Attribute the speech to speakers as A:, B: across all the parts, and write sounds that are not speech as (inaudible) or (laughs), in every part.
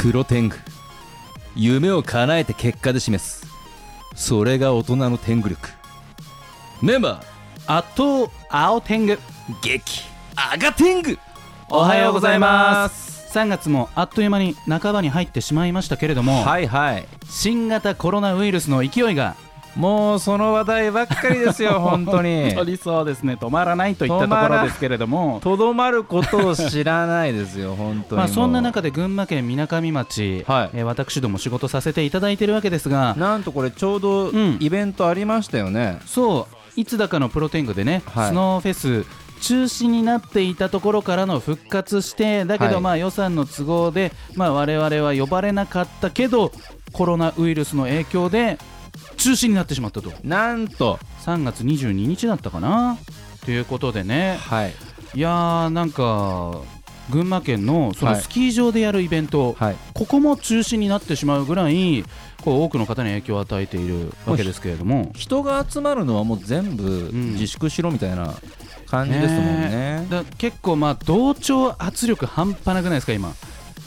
A: プロテング夢を叶えて結果で示すそれが大人の天狗力メンバー圧倒青天狗激赤天狗おはようございます
B: 3月もあっという間に半ばに入ってしまいましたけれども、
A: はいはい
B: 新型コロナウイルスの勢いが
A: もうその話題ばっかりです (laughs) よ本当に
B: 本当にそうですね止まらないといったところですけれども
A: とどまることを知らないです (laughs) よ本当にもう
B: まあ、そんな中で群馬県みなかみ町、
A: はい
B: えー私ども仕事させていただいてるわけですが
A: なんとこれちょうど
B: うん
A: イベントありましたよね、
B: そういつだかのプロテングでね、
A: はい
B: スノーフェス中止になっていたところからの復活してだけ
A: は
B: ど
A: い
B: まあ予算の都合で、まあ、我々は呼ばれなかったけどコロナウイルスの影響で中止になってしまったと
A: なんと
B: 3月22日だったかなということでね
A: はい
B: いやーなんか群馬県のその
A: はい
B: スキー場でやるイベント、
A: はい
B: ここも中止になってしまうぐらいこう多くの方に影響を与えているわけですけれども
A: 人が集まるのはもう全部
B: ん
A: 自粛しろみたいな感じですもんね、
B: だ結構まあ同調圧力半端なくないですか今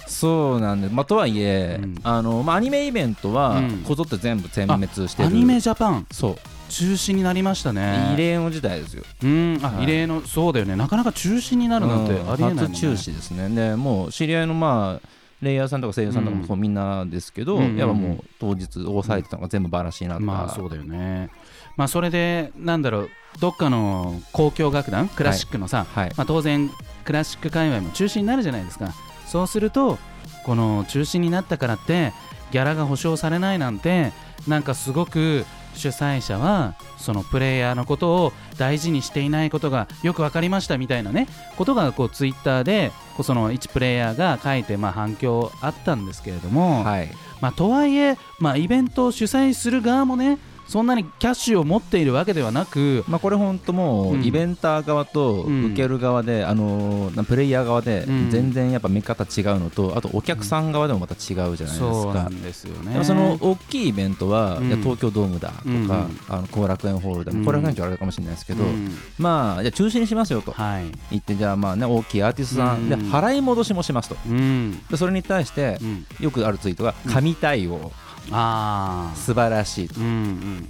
A: そうなんです、まあ、とはいえ、
B: うん
A: あのまあ、アニメイベントは
B: うん
A: こぞって全部全滅してる、
B: アニメジャパン
A: そう
B: 中止になりましたね
A: 異例の事態ですよ
B: うんあ、
A: はい
B: 異例のそうだよねなかなか中止になるなんて
A: うん
B: ありえないもんね、
A: 初中止ですねでもう知り合いのまあレイヤーさんとか声優さんとかもそうみんなですけど、
B: うん
A: やっぱもう当日大騒いでたのが全部バラシになった、
B: まあそうだよねまあそれでなんだろうどっかの交響楽団クラシックのさ、
A: はい
B: まあ、当然クラシック界隈も中止になるじゃないですかそうするとこの中止になったからってギャラが保証されないなんてなんかすごく主催者はそのプレイヤーのことを大事にしていないことがよく分かりましたみたいなねことがこうツイッターでこうその一プレイヤーが書いてまあ反響あったんですけれども、
A: はい
B: まあ、とはいえ、まあ、イベントを主催する側もねそんなにキャッシュを持っているわけではなく、
A: まあ、これ本当も
B: う
A: うんイベンター側と
B: うん
A: 受ける側で、あのーなプレイヤー側で
B: うん
A: 全然やっぱ見方違うのとあとお客さん側でもまた違うじゃないですか。
B: そうなんですよ
A: で
B: ね。
A: もその大きいイベントは、
B: うん
A: いや東京ドームだとか、
B: うん
A: あの後楽園ホールだ
B: うん
A: 後楽園って言われるかもしれないですけど、
B: うん
A: まあじゃあ中止にしますよと
B: はい、
A: 言ってじゃあまあね大きいアーティストさん、
B: うん
A: で払い戻しもしますと
B: うん
A: でそれに対して
B: うん、
A: よくあるツイートが「神対応
B: ああ
A: 素晴らしい」と
B: うんうん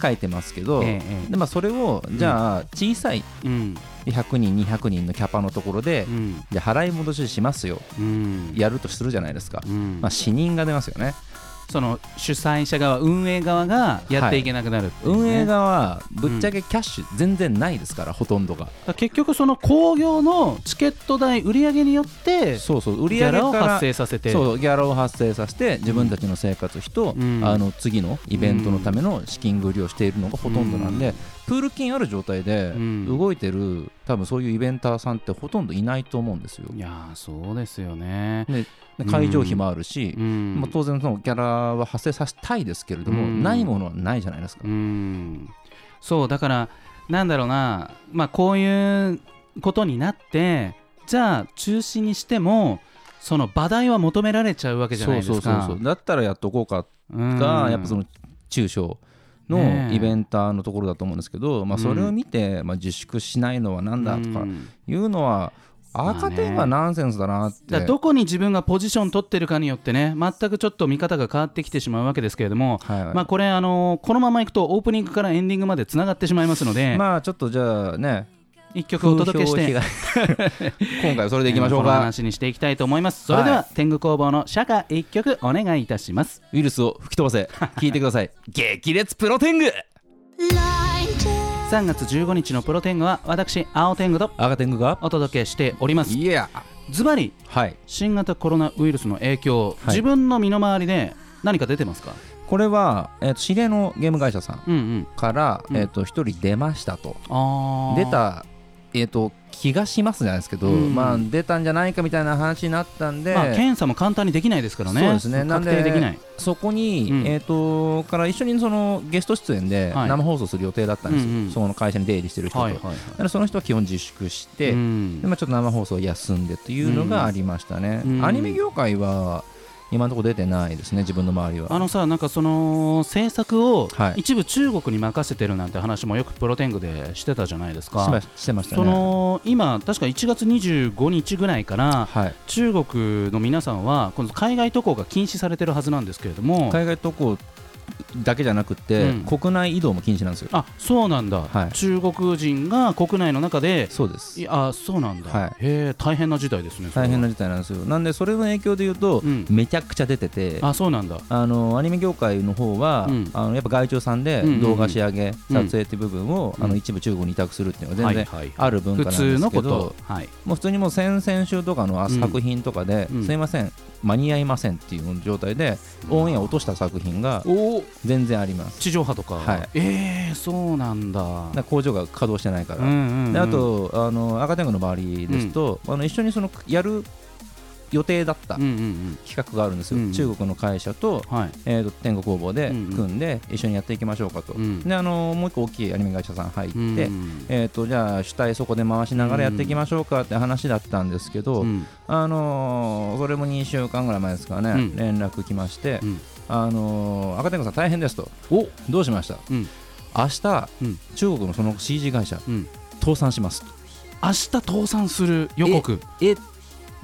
A: 書いてますけど、
B: ええええ
A: でまあ、それをじゃあ小さい
B: うんうん
A: 100人200人のキャパのところで、
B: うん
A: じゃあ払い戻ししますよ
B: うん
A: やるとするじゃないですか
B: う、ん
A: まあ、死人が出ますよね
B: その主催者側運営側がやっていけなくなるっていうね、
A: 運営側はぶっちゃけキャッシュ全然ないですから、ほとんどが
B: だから結局その興行のチケット代売り上げによって
A: そうそう売
B: ギ
A: り上
B: ャ
A: げ
B: ラを
A: か
B: 発
A: ら
B: 生させて
A: そうギャラを発生させて自分たちの生活費と、
B: うん
A: あの次のイベントのための資金繰りをしているのがほとんどなんで、
B: うん
A: プール金ある状態で
B: うん
A: 動いてる多分そういうイベンターさんってほとんどいないと思うんですよ
B: いやーそうですよね、
A: で
B: うん
A: 会場費もあるし、
B: うん
A: まあ、当然そのギャラは発生させたいですけれども、
B: うん
A: ないものはないじゃないですか、
B: うんそうだからなんだろうなまあこういうことになってじゃあ中止にしてもその場代は求められちゃうわけじゃないですか
A: そうそうそうだったらやっとこうか
B: うん
A: が、やっぱその中小
B: ね
A: の
B: え
A: イベンターのところだと思うんですけど、まあ、それを見て、まあ、自粛しないのはなんだと
B: う
A: か
B: ん
A: いうのは
B: まあね
A: 赤点はナンセンスだなって、
B: だからどこに自分がポジション取ってるかによってね全くちょっと見方が変わってきてしまうわけですけれども、
A: はいはい
B: まあ、これ、あのこのままいくとオープニングからエンディングまでつながってしまいますので、
A: まあちょっとじゃあね
B: 一曲お届けして
A: 風評被
B: (laughs)
A: 害今回はそれでいきましょう
B: この
A: か
B: 話にしていきたいと思いますそれでは、
A: は
B: 天狗工房の社歌一曲お願いいたします
A: ウイルスを吹き飛ばせ聞いてくだ
B: (laughs)
A: さい激烈プロテング
C: Blinded,
B: 3月15日のプロテングは私青天狗と
A: 赤天狗が
B: お届けしております
A: いや
B: ズバリ
A: はい
B: 新型コロナウイルスの影響、
A: い
B: 自分の身の回りで何か出てますか
A: これは、えー、と知り合いのゲーム会社さん
B: うんうん
A: から、
B: うん
A: えー、と一人出ましたと
B: あー
A: 出た、えー、と気がしますじゃないですけど、
B: うん
A: まあ、出たんじゃないかみたいな話になったんで、
B: まあ、検査も簡単にできないですからね
A: そうですねなん
B: 確
A: で
B: 定できない
A: そこに、
B: うん
A: えー、とから一緒にそのゲスト出演で
B: はい
A: 生放送する予定だったんですよ、
B: うんうん
A: そこの会社に出入りしてる人と。
B: はいはいはい
A: だからその人は基本自粛して、
B: うん
A: でまあ、ちょっと生放送を休んでというのがありましたね、
B: うん
A: アニメ業界は今のところ出てないですね自分の周りは
B: あのさなんかその制作を
A: はい
B: 一部中国に任せてるなんて話もよくプロテングでしてたじゃないです
A: しま
B: か。
A: してましたね
B: その今、確か1月25日ぐらいから
A: はい、
B: 中国の皆さんはこの海外渡航が禁止されてるはずなんですけれども、
A: 海外渡航だけじゃなくて、
B: うん
A: 国内移動も禁止なんですよ
B: あそうなんだ、
A: はい
B: 中国人が国内の中で、
A: そうです
B: いや、そうなんだ、
A: はい
B: へえ、大変な事態ですね、それは
A: 大変な事態なんですよなんでそれの影響で言うと、
B: うん
A: めちゃくちゃ出てて
B: あそうなんだ、
A: あのアニメ業界の方は、
B: うん
A: あのやっぱ外注さんで
B: うんうんうん
A: 動画仕上げ、
B: うん
A: 撮影っていう部分を、
B: うん
A: あの一部中国に委託するっていうのは
B: はい
A: 全然
B: はい
A: ある文化
B: 普
A: なんですけど、
B: 通のこと、はい、
A: もう普通にもう先々週とかのあ
B: うん
A: 作品とかで、
B: うん
A: すいません間に合いませんっていう状態で、オンエア落とした作品が
B: お
A: 全然あります
B: 地上波とか、
A: はい
B: えー、そうなんだ。
A: だから工場が稼働してないから、
B: うんうんうん
A: であとあの赤天狗の周りですと、あの一緒にそのやる予定だった
B: うんうん
A: 企画があるんですよ、
B: うんうん
A: 中国の会社と,、
B: うん、はい、
A: えーと天狗工房で
B: うんうん
A: 組んで一緒にやっていきましょうかと、
B: うん
A: であのもう一個大きいアニメ会社さん入って、
B: うん
A: えー、とじゃあ主体そこで回しながらやっていきましょうかって話だったんですけど、
B: うん
A: あのーそれも2週間ぐらい前ですかね、
B: うん
A: 連絡来まして、
B: うん
A: あのー赤天狗さん大変ですと
B: お
A: どうしました、
B: うん
A: 明日、
B: うん
A: 中国のその CG 会社
B: うん、
A: 倒産しますと
B: 明日倒産する予告、
A: え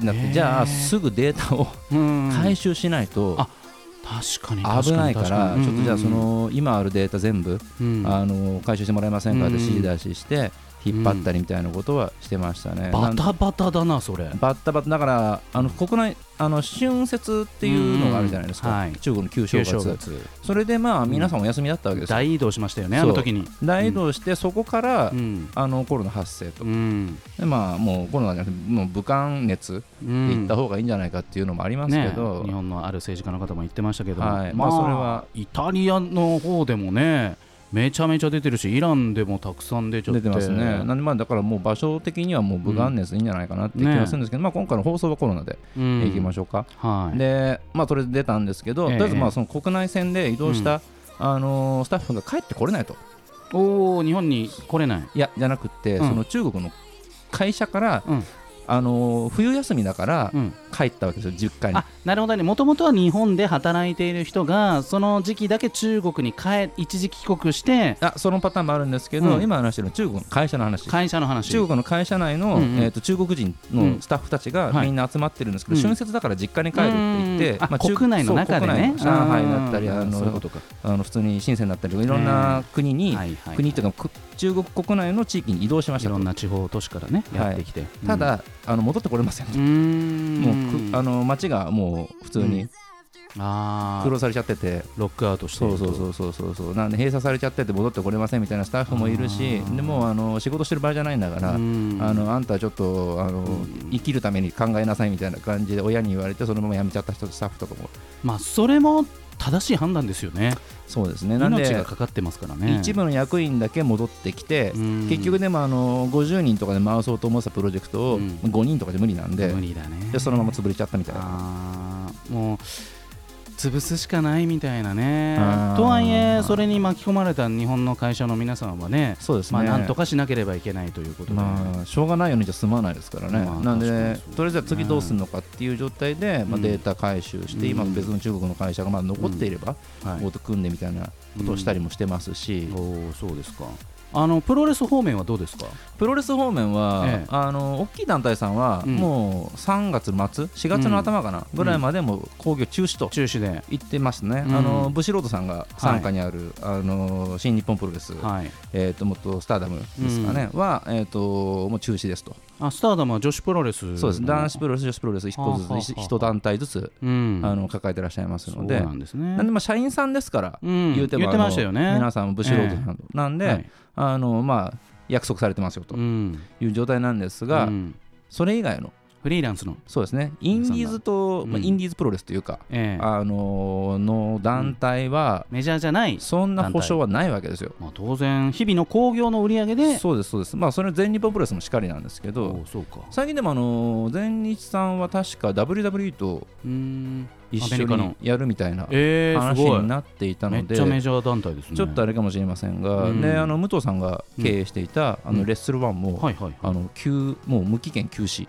A: なって
B: へー
A: じゃあすぐデータを
B: うん
A: 回収しないと
B: あ確かに
A: 危ないからちょっとじゃあそ、
B: 確
A: の今あるデータ全部
B: にうんうんうんうん
A: あの回収してもらえませんかって
B: うん
A: 指示出しして引っ張ったりみたいなことはしてましたね。な
B: バ
A: ん
B: タバタだな、それ。
A: バッタバタだからあの国内あの春節っていうのがあるじゃないです
B: うん
A: か
B: はい
A: 中国の旧正
B: 旧
A: 月それでまあ皆さんお休みだったわけですよ
B: 大移動しましたよね、あ
A: そう
B: の時に。
A: 大移動してそこから
B: うん
A: あのコロナ発生と
B: うん
A: でまあもうコロナじゃなくてもう武漢熱って
B: うん
A: 言った方がいいんじゃないかっていうのもありますけ
B: ね
A: ど
B: 日本のある政治家の方も言ってましたけど、
A: はいまあそれは
B: イタリアの方でもね、めちゃめちゃ出てるし、イランでもたくさん出ちゃって
A: 出てますね。なんでまあだからもう場所的にはもう武漢熱でいいんじゃないかなって気がするんですけど、まあ今回の放送はコロナで
B: うん
A: いきましょうか。
B: はい、
A: で、まあそれで出たんですけど、
B: え
A: と
B: え
A: りあえずまあその国内線で移動した、あのースタッフが帰ってこれないと。
B: おお日本に来れない
A: いやじゃなくて、
B: うん
A: その中国の会社から、
B: うん
A: あのー冬休みだから
B: うん、
A: 帰ったわけですよ実家に
B: あ。なるほどねもともとは日本で働いている人がその時期だけ中国に帰一時帰国して
A: あそのパターンもあるんですけど、
B: うん
A: 今話してるのは中国の会社の話。
B: 会社の話
A: 中国の会社内の、
B: うんうん
A: えー、と中国人のスタッフたちが
B: はい
A: みんな集まってるんですけど、
B: うん
A: 春節だから実家に帰るって言って、
B: うんあ
A: まあ中
B: 国内の中でね
A: そう国内の上海だったり
B: うん
A: あ
B: そういうこ
A: の
B: とか
A: あの普通に深センだったりとかいろんな国に、
B: はいはい
A: 国というかく中国国内の地域に移動しまし
B: い
A: た
B: ろ
A: と
B: んな地方都市からね、
A: はい
B: やってきて
A: ただ、あの戻ってこれません
B: う
A: と、
B: ーん
A: もうくあの街がもう普通に
B: あー
A: 苦労されちゃってて、
B: ロックアウトして
A: そうそう
B: う
A: そうそうそうそうなんで閉鎖されちゃってて戻ってこれませんみたいなスタッフもいるし
B: あー
A: でもあの仕事してる場合じゃないんだから、
B: ん
A: あのあんたちょっとあの、生きるために考えなさいみたいな感じで親に言われてそのまま辞めちゃった人スタッフとかも
B: まあそれも正しい判断ですよね
A: そうですねなん
B: 命が
A: で
B: かかってますからね
A: 一部の役員だけ戻ってきて、
B: 結
A: 結局でもあの50人とかで回そうと思ってたプロジェクトを
B: うん
A: 5人とかで無理なんで,、
B: 無理だね
A: でそのまま潰れちゃったみたいな。
B: あーもう潰すしかないみたいなね
A: あー
B: とはいえそれに巻き込まれた日本の会社の皆さんはね
A: そうですね、
B: まあなんとかしなければいけないということで、
A: まあ、しょうがないよねじゃ済まないですからね、
B: まあ
A: なんで、
B: 確かにそうですね
A: とりあえずは次どうするのかっていう状態で、まあ、
B: うん
A: データ回収して、
B: うん
A: 今、別の中国の会社がまだ残っていれば、
B: はい
A: ボート組んでみたいなことをしたりもしてますし、
B: おーそうですかあのプロレス方面はどうですか
A: プロレス方面は、
B: ええ
A: あの大きい団体さんは、
B: うん
A: もう3月末、4月の頭かな、ぐらいまでもう興行中止と。
B: 中止で
A: 言ってますね、
B: うん
A: あのブシロードさんが傘下にある、あの新日本プロレス、
B: はい
A: えー、と元スターダムですかね、は、えー、ともう中止ですと、
B: あスターダムは女子プロレス
A: そうです男子プロレス、女子プロレス、一個ず
B: はあはあ
A: つ、
B: はあ
A: 一団体ずつ、
B: うん
A: あの抱えてらっしゃいます
B: そ
A: の
B: う
A: で、
B: な
A: なん
B: んですね
A: でまあ社員さんですから、
B: うん
A: 言うても
B: 言ってましたよ
A: あの
B: ね
A: 皆さん、武士ロードさんなん
B: は
A: で
B: い、
A: あのまあ約束されてますよと
B: うん
A: いう状態なんです
B: う
A: が、
B: ん
A: それ以外の、
B: フリーランスの、
A: そうですね、インディーズと、
B: うん
A: まあインディーズプロレスというか、
B: ええ
A: あのの団体は、
B: メジャーじゃない、
A: そんな保証はないわけですよ。
B: まあ、当然日々の興行の売り上げで
A: そうです、そうです、まあ、それは全日本プロレスもしかりなんですけど
B: お、うそうか
A: 最近でも、あの全日さんは確か WWE と
B: うーん
A: 一
B: ア
A: 緒
B: メリカ
A: に
B: の
A: やるみたいな
B: えー、す
A: 話
B: ご
A: に
B: い
A: なっていた
B: めっ
A: ので、
B: ちゃメジャー団体ですね
A: ちょっとあれかもしれませんが、
B: うん
A: であの武藤さんが経営していた、
B: ん
A: あのレッスルワンも、
B: はいはいはい
A: あの休もう無期限休止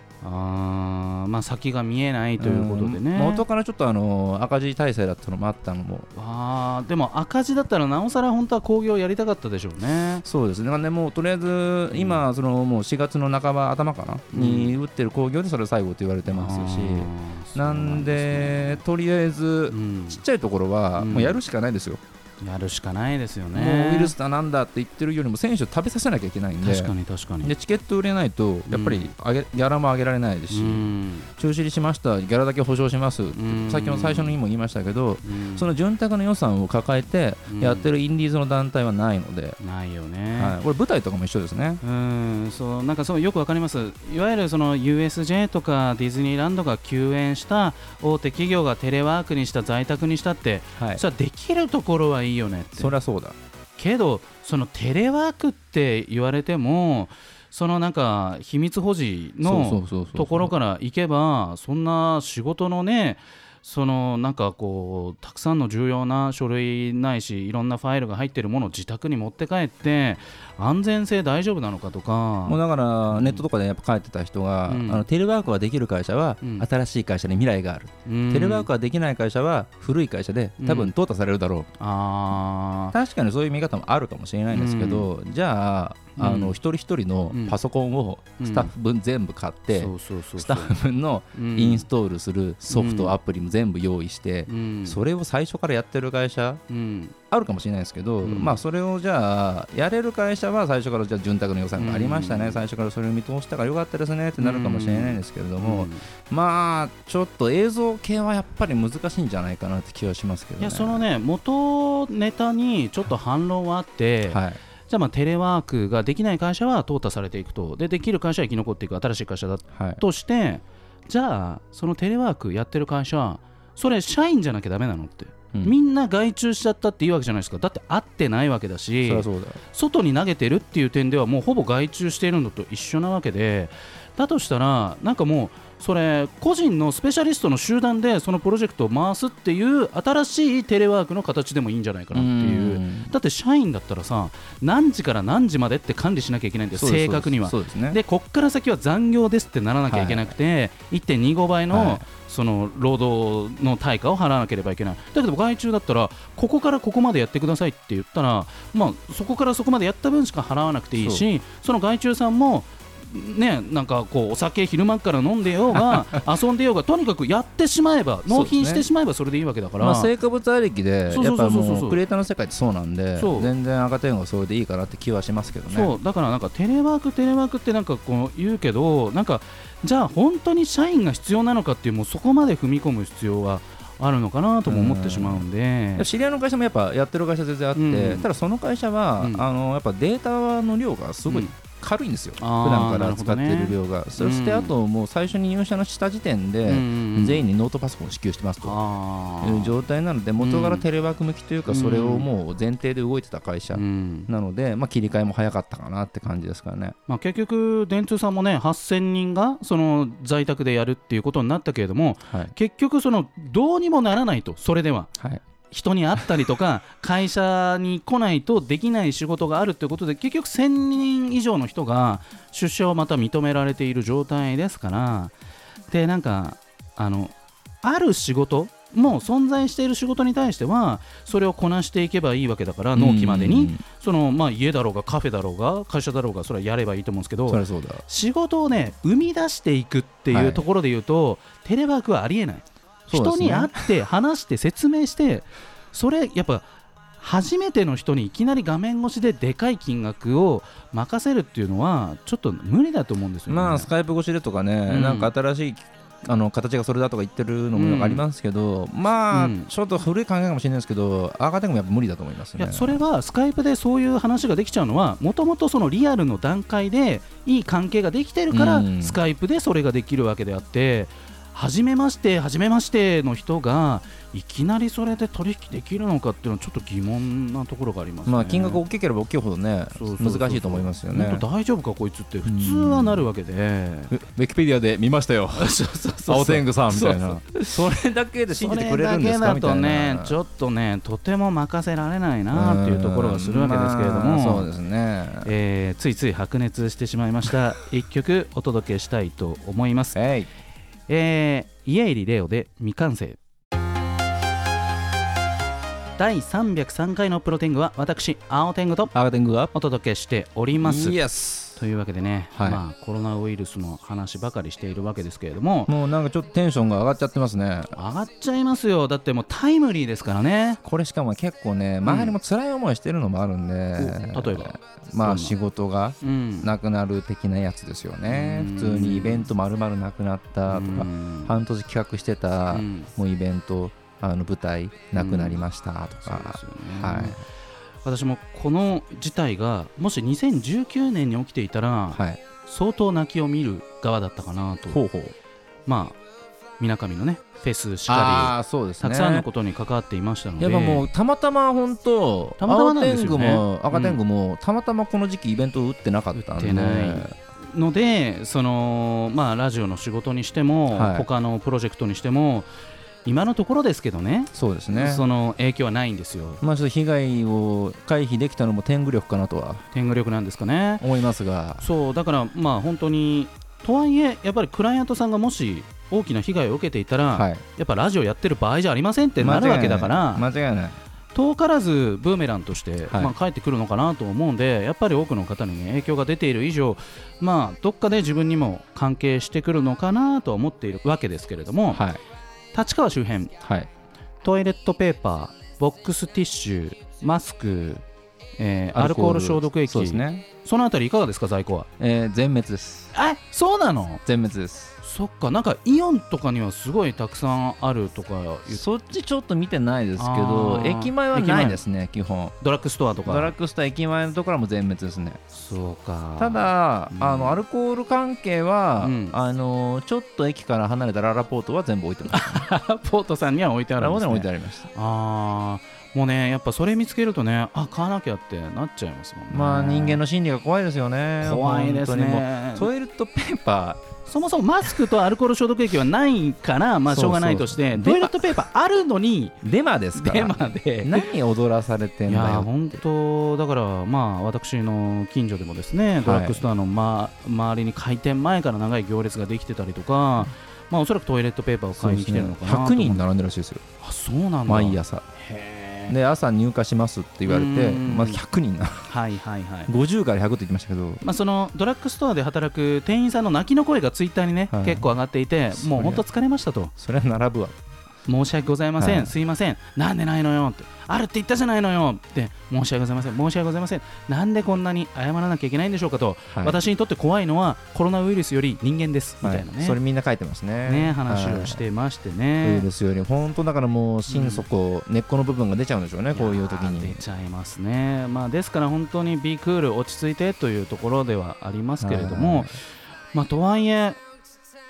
B: あーまあ先が見えないということでね、
A: うん元からちょっとあの赤字体制だったのもあったのも
B: あーでも赤字だったらなおさら本当は興行やりたかったでしょうね
A: そうですね、なんでもうとりあえず今、そのもう4月の半ば、頭かな、
B: うん
A: に打ってる工業でそれ最後と言われてますし、
B: あー
A: なんで、とりあえ
B: そう
A: ず、
B: なんで
A: ち
B: すね
A: っちゃいところは
B: うん
A: もうやるしかないですよ、
B: うんやるしかないですよね
A: もうウイルスだなんだって言ってるよりも、選手を食べさせなきゃいけないんで、
B: 確かに確かに
A: でチケット売れないと、やっぱり上げ、ギャラも上げられないですし、
B: うん
A: 中止にしました、ギャラだけ保証します、
B: うん
A: さっきの最初のにも言いましたけど、
B: うん
A: その潤沢の予算を抱えて
B: うん
A: やってるインディーズの団体はないので、
B: ないよね、
A: はい、これ、舞台とかも一緒ですね。
B: うんそうなんかそうよくわかります、いわゆるその USJ とかディズニーランドが休園した大手企業がテレワークにした、在宅にしたって、
A: はい
B: それはできるところはいいよねって
A: そりゃそうだ
B: けど、そのテレワークって言われても、そのなんか秘密保持のところ
A: か
B: から行けば、そんな仕事のね、そのなんかこうたくさんの重要な書類ないしいろんなファイルが入ってるものを自宅に持って帰って安全性大丈夫なのかとか
A: もうだからネットとかでやっぱ書いてた人が、
B: うん
A: あのテレワークができる会社は
B: うん
A: 新しい会社に未来がある、テ
B: テ
A: レワークができない会社は古い会社で多分淘汰されるだろう、
B: あー
A: 確かにそういう見方もあるかもしれないんですけど、じゃああ
B: うん
A: の一人一人のパソコンを
B: うん
A: スタッフ分全部買って、
B: そうそうそうそう
A: スタッフ分の
B: うん
A: インストールするソフ
B: うん
A: トアプリも全部用意して、
B: うん
A: それを最初からやってる会社
B: うん
A: あるかもしれないですけど、
B: うん
A: まあそれをじゃあやれる会社は最初からじゃあ潤沢の予算がありましたね、
B: うん
A: 最初からそれを見通したからよかったですねってなるかもしれないんですけれども、
B: うん
A: まあちょっと映像系はやっぱり難しいんじゃないかなって気はしますけど
B: い
A: ね。
B: やそのね元ネタにちょっと反論はあって、
A: はい、
B: じゃあまあテレワークができない会社は淘汰されていくとでできる会社は生き残っていく新しい会社だ
A: はい、
B: としてじゃあそのテレワークやってる会社それ社員じゃなきゃダメなのって、
A: うん
B: みんな外注しちゃったっていいわけじゃないですかだって会ってないわけだし
A: そりゃそうだ
B: 外に投げてるっていう点ではもうほぼ外注しているのと一緒なわけでだとしたらなんかもうそれ個人のスペシャリストの集団でそのプロジェクトを回すっていう新しいテレワークの形でもいいんじゃないかなっていう。
A: ん
B: だって社員だったらさ何時から何時までって管理しなきゃいけないんだよ
A: そうです
B: 正確には
A: そうですね
B: でこっから先は残業ですってならなきゃいけなくて、1.25倍の,、
A: はい
B: その労働の対価を払わなければいけないだけど外注だったらここからここまでやってくださいって言ったら、まあ、そこからそこまでやった分しか払わなくていいしその外注さんもね、なんかこうお酒昼間から飲んでよ
A: (laughs)
B: うが遊んでようがとにかくやってしまえば納品してしまえばそれでいいわけだから、
A: まあ、成果物ありきで
B: そう
A: や
B: そ
A: っぱ
B: うそうそうそう
A: もうクリエイターの世界ってそうなんで
B: そう
A: 全然赤点はそれでいいかなって気はしますけどね
B: そうだからなんかテレワーク、テレワークってなんかこう言うけどなんかじゃあ本当に社員が必要なのかっていうもうそこまで踏み込む必要はあるのかなとも思ってしまうんで。
A: 知り合いの会社もやっぱやってる会社全然あって、
B: うん
A: ただその会社は、
B: うん
A: あのやっぱデータの量がすごい軽いんですよ、
B: あー
A: 普段か
B: な
A: ら
B: るほ
A: 使
B: ど
A: って
B: ね
A: る量が、そしてあともう最初に入社のした時点で、全員にノートパソコンを支給してますと
B: あ
A: いう
B: ー
A: 状態なので元からテレワーク向きというか、
B: うん
A: それをもう前提で動いてた会社
B: うん
A: なので、まあ、切り替えも早かったかなって感じですからね。
B: まあ、結局、電通さんもね8000人がその在宅でやるっていうことになったけれども
A: はい
B: 結局、そのどうにもならないとそれでは
A: はい
B: 人に会ったりとか (laughs) 会社に来ないとできない仕事があるということで結局1000人以上の人が出社をまた認められている状態ですからでなんかあのある仕事もう存在している仕事に対してはそれをこなしていけばいいわけだから納期まで
A: う
B: に
A: ん
B: その、まあ、家だろうがカフェだろうが会社だろうがそれはやればいいと思うんですけ
A: そり
B: ど
A: ゃそうだ
B: 仕事をね生み出していくってい
A: は
B: う
A: い
B: ところで言うと、テレワークはありえない。
A: そうで
B: 人
A: すね
B: に会って話して説明してそれやっぱ初めての人にいきなり画面越しででかい金額を任せるっていうのはちょっと無理だと思うんですよね。
A: まあスカイプ越しでとかね、
B: ん
A: なんか新しいあの形がそれだとか言ってるのもなんかありますけど、まあ、
B: うん
A: ちょっと古い考えかもしれないですけど赤点もやっぱ無理だと思います
B: い
A: ね。
B: やそれはスカイプでそういう話ができちゃうのはもともとそのリアルの段階でいい関係ができてるから、
A: うん
B: スカイプでそれができるわけであって初めまして初めましての人がいきなりそれで取引できるのかっていうのはちょっと疑問なところがありますね。
A: まあ金額大きければ大きいほどね
B: そうそうそうそう
A: 難しいと思いますよね
B: 本当大丈夫かこいつって普通はなるわけで。
D: ウィキペディアで見ましたよ
B: (laughs) そうそうそう
D: 青天狗さんみたいな
A: それだけで信じてくれるんです
B: それだ
A: か
B: け
A: みた
B: だと
A: いな
B: ねちょっとねとても任せられないなっていうところがするわけですけれども、
A: うんまあそうですね
B: えーついつい白熱してしまいました
A: (laughs)
B: 一曲お届けしたいと思います、
A: えい
B: えー、家入レオで未完成第303回のプロテングは私青天狗と
A: 青天狗が
B: お届けしております
A: イエス
B: というわけでね、
A: はい
B: まあ、コロナウイルスの話ばかりしているわけですけれども
A: もうなんかちょっとテンションが上がっちゃってますね
B: 上がっちゃいますよだってもうタイムリーですからね
A: これしかも結構ね周りも辛い思いしてるのもあるんで、
B: お例えば
A: ま
B: どんな
A: あ仕事が
B: うん
A: なくなる的なやつですよね
B: うん
A: 普通にイベントまるまるなくなったとか半年企画してた、
B: うん
A: もうイベントあの舞台なくなりましたと
B: そうで
A: か
B: す、よね
A: はい
B: 私もこの事態がもし2019年に起きていたら、
A: はい
B: 相当泣きを見る側だったかなと
A: うほう
B: まあみなかみのねフェスしか
A: ああそうで
B: り
A: す
B: た
A: ね
B: くさんのことに関わっていましたので
A: やっぱもうたまたま本当
B: たまたまなんですよね
A: 青天狗も赤天狗もたまたまこの時期イベント打ってなかったんで
B: 打ってないのでそのまあラジオの仕事にしても、
A: はい
B: 他のプロジェクトにしても今のところですけどね
A: そうですね
B: その影響はないんですよ
A: まあちょっと被害を回避できたのも天狗力かなとは
B: 天狗力なんですかね
A: 思いますが
B: そうだからまあ本当にとはいえやっぱりクライアントさんがもし大きな被害を受けていたら、
A: (laughs) はい
B: やっぱラジオやってる場合じゃありませんってなるわけだか
A: 間
B: ら、
A: 違いない間違いない
B: 遠からずブーメランとして、
A: はい
B: まあ、帰ってくるのかなと思うんでやっぱり多くの方に、ね、影響が出ている以上、まあ、どっかで自分にも関係してくるのかなとは思っているわけですけれども、
A: はい
B: 立川周辺
A: はい
B: トイレットペーパーボックスティッシュマスク、えーアルコール消毒液
A: そうですね
B: そのあたりいかがですか在庫は
A: えー全滅です
B: えそうなの
A: 全滅です
B: そっかなんかイオンとかにはすごいたくさんあるとか言う
A: そっちちょっと見てないですけ
B: あ
A: ど
B: ー
A: 駅前はないですね基本
B: ドラッグストアとか
A: ドラッグストア駅前のところはもう全滅ですね
B: そうか
A: ただ
B: うん
A: あのアルコール関係は、
B: うん
A: あのちょっと駅から離れたララポートは全部置いてます
B: ラポートさんには置いて
A: (laughs)
B: あ
A: ラ
B: る
A: ラ
B: ん
A: ポー
B: です、
A: ト
B: ね、
A: に置いてありました
B: あーもうねやっぱそれ見つけるとねあ買わなきゃってなっちゃいますもんね
A: まあ人間の心理が怖いですよね
B: 怖いです
A: 本当にも
B: ね
A: うトイレットペーパ
B: そもそもマスクとアルコール消毒液はないからまあし
A: そうそ
B: ょ
A: うう
B: がないとし
A: デ
B: て
A: マ
B: トイレットペーパーあるの (laughs) に
A: ーデマですか
B: デ
A: ら
B: マで
A: 何踊らされてん
B: い
A: だ
B: や
A: よ
B: 本当だからまあ私の近所でもですねドラッグストアの、ま周りに開店前から長い行列ができてたりとか、まあ、おそらくトイレットペーパーを買いに来てるのかなと思
A: 100
B: う
A: 人並んでるらしいですよ
B: あそうなんだ
A: 毎朝
B: へー
A: で朝入荷しますって言われて、
B: うん
A: まあ、100人な
B: はいはいはい
A: 50から100って言ってましたけど
B: まあ、そのドラッグストアで働く店員さんの泣きの声がツイッターにね、
A: はい
B: 結構上がっていて
A: そりゃ
B: もう本当疲れましたと
A: それは並ぶわ
B: 申し訳ございません、
A: はい
B: すいませんなんでないのよってあるって言ったじゃないのよって申し訳ございません申し訳ございませんなんでこんなに謝らなきゃいけないんでしょうかと、
A: はい
B: 私にとって怖いのはコロナウイルスより人間ですみ
A: は
B: た
A: い
B: いなね,、
A: それみんな書いてますね
B: ね話をしててまして
A: と
B: ね
A: いうですより本当だからもう心底、根っこの部分が出ちゃうんでしょうねこういう時
B: やー
A: に
B: 出ちゃいますね、まあ、ですから本当に B クール落ち着いてというところではありますけれども、
A: はい
B: まあ、とはいえ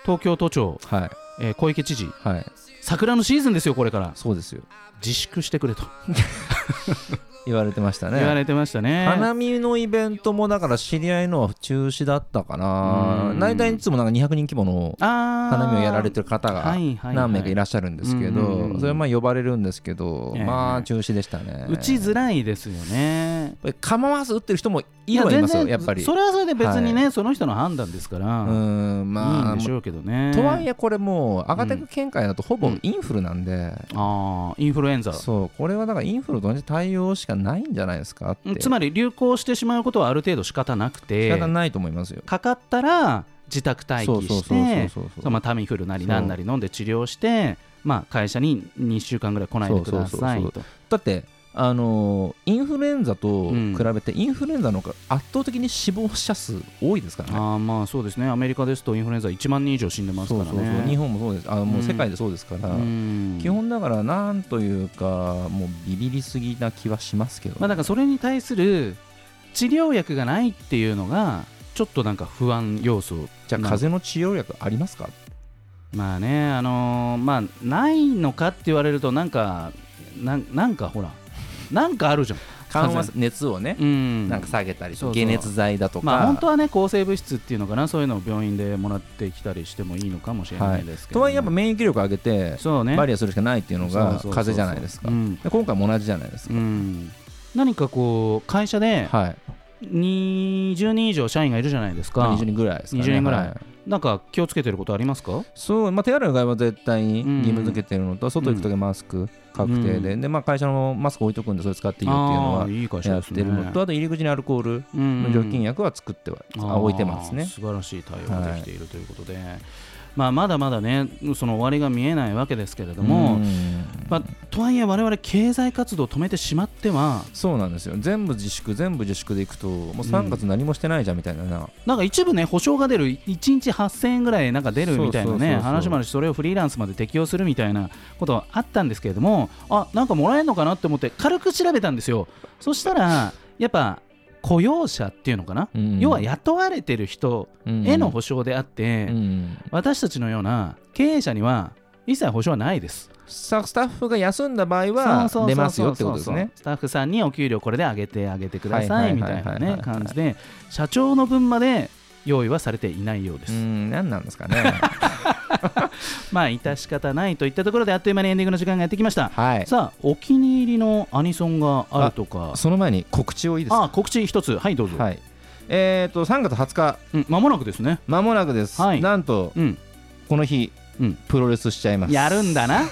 B: 東京都庁、
A: はい
B: えー小池知事
A: はい
B: 桜のシーズンですよこれから
A: そうですよ
B: 自粛してくれと
A: 言われてましたね
B: 言われてましたね
A: 花見のイベントもだから知り合いのは中止だったか
B: う
A: なん大体いつもなんか200人規模の花
B: 花
A: 見をやられてる方が何名かいらっしゃるんですけ
B: うんうんうん
A: どそれはまあ呼ばれるんですけど
B: ええ
A: まあ中止でしたね
B: 打ちづらいですよね
A: やっぱり構わず打ってる人もいるはいますよやっぱり
B: それはそれで別にね、その人の判断ですから、
A: う
B: い
A: んま
B: い
A: あ
B: んでしょうけどね
A: とはい
B: え
A: えこれもう赤テク見解だとほぼインフルなんで、
B: あーインフルエンザ
A: そうこれはだからインフルと同じ対応しかないんじゃないですかって
B: つまり流行してしまうことはある程度仕方なく
A: 仕
B: て
A: 方ないと思いますよ、
B: かかったら自宅待
A: そう
B: 機
A: そう
B: し
A: そうそう
B: て
A: そう
B: そうまあタミフルなりなんなり飲んで治療して、まあ、会社に2週間ぐらい来ないでください
A: そう
B: と。
A: だってあのーインフルエンザと
B: うん
A: 比べてインフルエンザの方が圧倒的に死亡者数多いですからね、
B: あーまあそうですねアメリカですとインフルエンザ1万人以上死んでます
A: そ
B: か
A: う
B: ら
A: そうそう日
B: ね。
A: 本もそうですあもう世界でそうですから、
B: うん
A: 基本だからなんというかもうビビりすぎな気はしますけど、
B: まあ、だからそれに対する治療薬がないっていうのがちょっとなんか不安要素
A: じゃあ風邪の治療薬ありますか
B: まあねあのーまあないのかって言われるとなんかなんなんかほらなんかあるじゃん
A: 緩和す熱をね、
B: うん
A: なんか下げたり
B: そうそう
A: 解熱剤だとか、
B: まあ本当はね抗生物質っていうのかなそういうのを病院でもらってきたりしてもいいのかもしれ
A: は
B: ないいですけ
A: と
B: ど、
A: はいえやっぱ免疫力上げて
B: そうね
A: バリアするしかないっていうのが
B: そ
A: 風
B: うそうそうそう
A: 邪じゃないですか、
B: うん
A: で今回も同じじゃないですか、
B: うん何かこう会社で
A: はい
B: 20人以上社員がいるじゃないですか
A: 20人ぐらいですかね
B: 20人ぐらい
A: は
B: なんか気をつけてることありますか
A: そう、まあ、手洗いうがいは絶対に義務付けてるのと、外行くときマスク確定で、
B: う
A: でまあ、会社のマスク置いとくんでそれ使っていいよっていうの
B: あ
A: は
B: ーいい会社
A: や
B: で
A: っ
B: す
A: て
B: ね
A: るのと、あと入り口にアルコールの除菌薬は作っては、
B: うん
A: あ置いてます
B: あー
A: ね
B: 素晴らしい対応ができているということで、まあ、まだまだねその終わりが見えないわけですけれども、
A: うん
B: まあ、とはいえ我々経済活動を止めてしまっては
A: そうなんですよ全部自粛全部自粛でいくともう3月何もしてないじゃんみたいなな、
B: なんか一部ね保証が出る1日8000円ぐらいなんか出るみたいな
A: そうそう
B: ね
A: そうそう
B: 話もあるしそれをフリーランスまで適用するみたいなことはあったんですけれどもあなんかもらえるのかなって思って軽く調べたんですよそしたらやっぱ雇用者っていうのかな、
A: うん
B: 要は雇われてる人への保証であって、
A: うん
B: 私たちのような経営者には一切保証はないです。
A: さスタッフが休んだ場合は
B: そうそうそうそう
A: 出ますよってことですね。
B: スタッフさんにお給料これで上げてあげてくださいみたいな
A: はいはいはいはい
B: ね
A: はい
B: 感じで社長の分まで用意はされていないようで
A: う
B: す。
A: ん何なんですかね (laughs)
B: まあ致し方ないといったところであっという間にエンディングの時間がやってきました。
A: はい
B: さあお気に入りのアニソンがあるとか。
A: その前に告知をいいです
B: あ
A: か
B: あ告知一つはいどうぞ。
A: はいえー、と3月20日
B: うん間もなくですね。
A: まもなくです、
B: はい
A: なんと
B: うん
A: この日、
B: うん
A: プロレスしちゃいます
B: やる
A: (laughs)
B: んだな。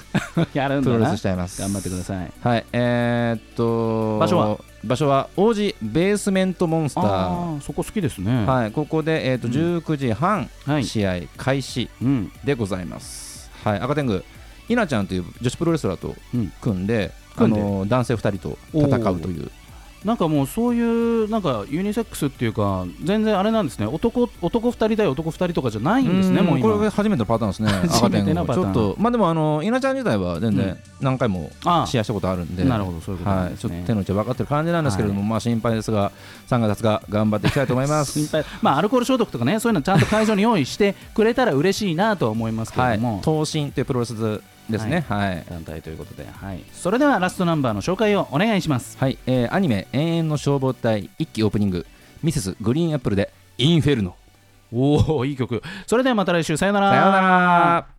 B: やるん
A: プ
B: だ
A: ロレ
B: な
A: スし。ちゃいます
B: 頑張ってください。
A: はいえー、と
B: 場所は
A: 場所は王子ベースメントモンスター
B: ああそこ好きですね。
A: はいここで、えー、と
B: うん
A: 19時半、
B: はい。
A: 試合開始
B: うん
A: でございます。はい、赤天狗、稲ちゃんという女子プロレスラーと
B: うん
A: 組んで、
B: 組んで
A: あの男性2人と戦うという、
B: なんかもうそういうなんかユニセックスっていうか全然あれなんですね男男2人対男2人とかじゃないんですね
A: うん
B: もう
A: これ
B: 今
A: が初めてのパターンですね、
B: (laughs) 初
A: 赤
B: め
A: 天
B: て
A: 狗
B: のパ
A: ち
B: ター
A: ょ
B: ン
A: っと、まあでも、あの稲ちゃん自体は全
B: うん
A: 然何回も
B: あ
A: 試合したことあるんで。
B: あなるほどそういうことな
A: は
B: ん
A: い、
B: で
A: ちょ
B: す
A: っ
B: ね
A: と手の内は分かってる感じなんですけれども、まあ心配ですが、3月20日、頑張っていきたいと思いま
B: (laughs)
A: す。
B: 心配まあアルコール消毒とかねそういうのちゃんと会場に用意してくれたら嬉しいなとは思いますけ
A: は
B: れ
A: い
B: ども、、
A: 闘神というプロレスですね、はい、はい
B: 団体ということで、はい、それではラストナンバーの紹介をお願いします
A: えーアニメ、永遠の消防隊1期オープニング、ミセスグリーンアップルで、インフェルノ。
B: おおいい曲それではまた来週さよなら
A: さようなら。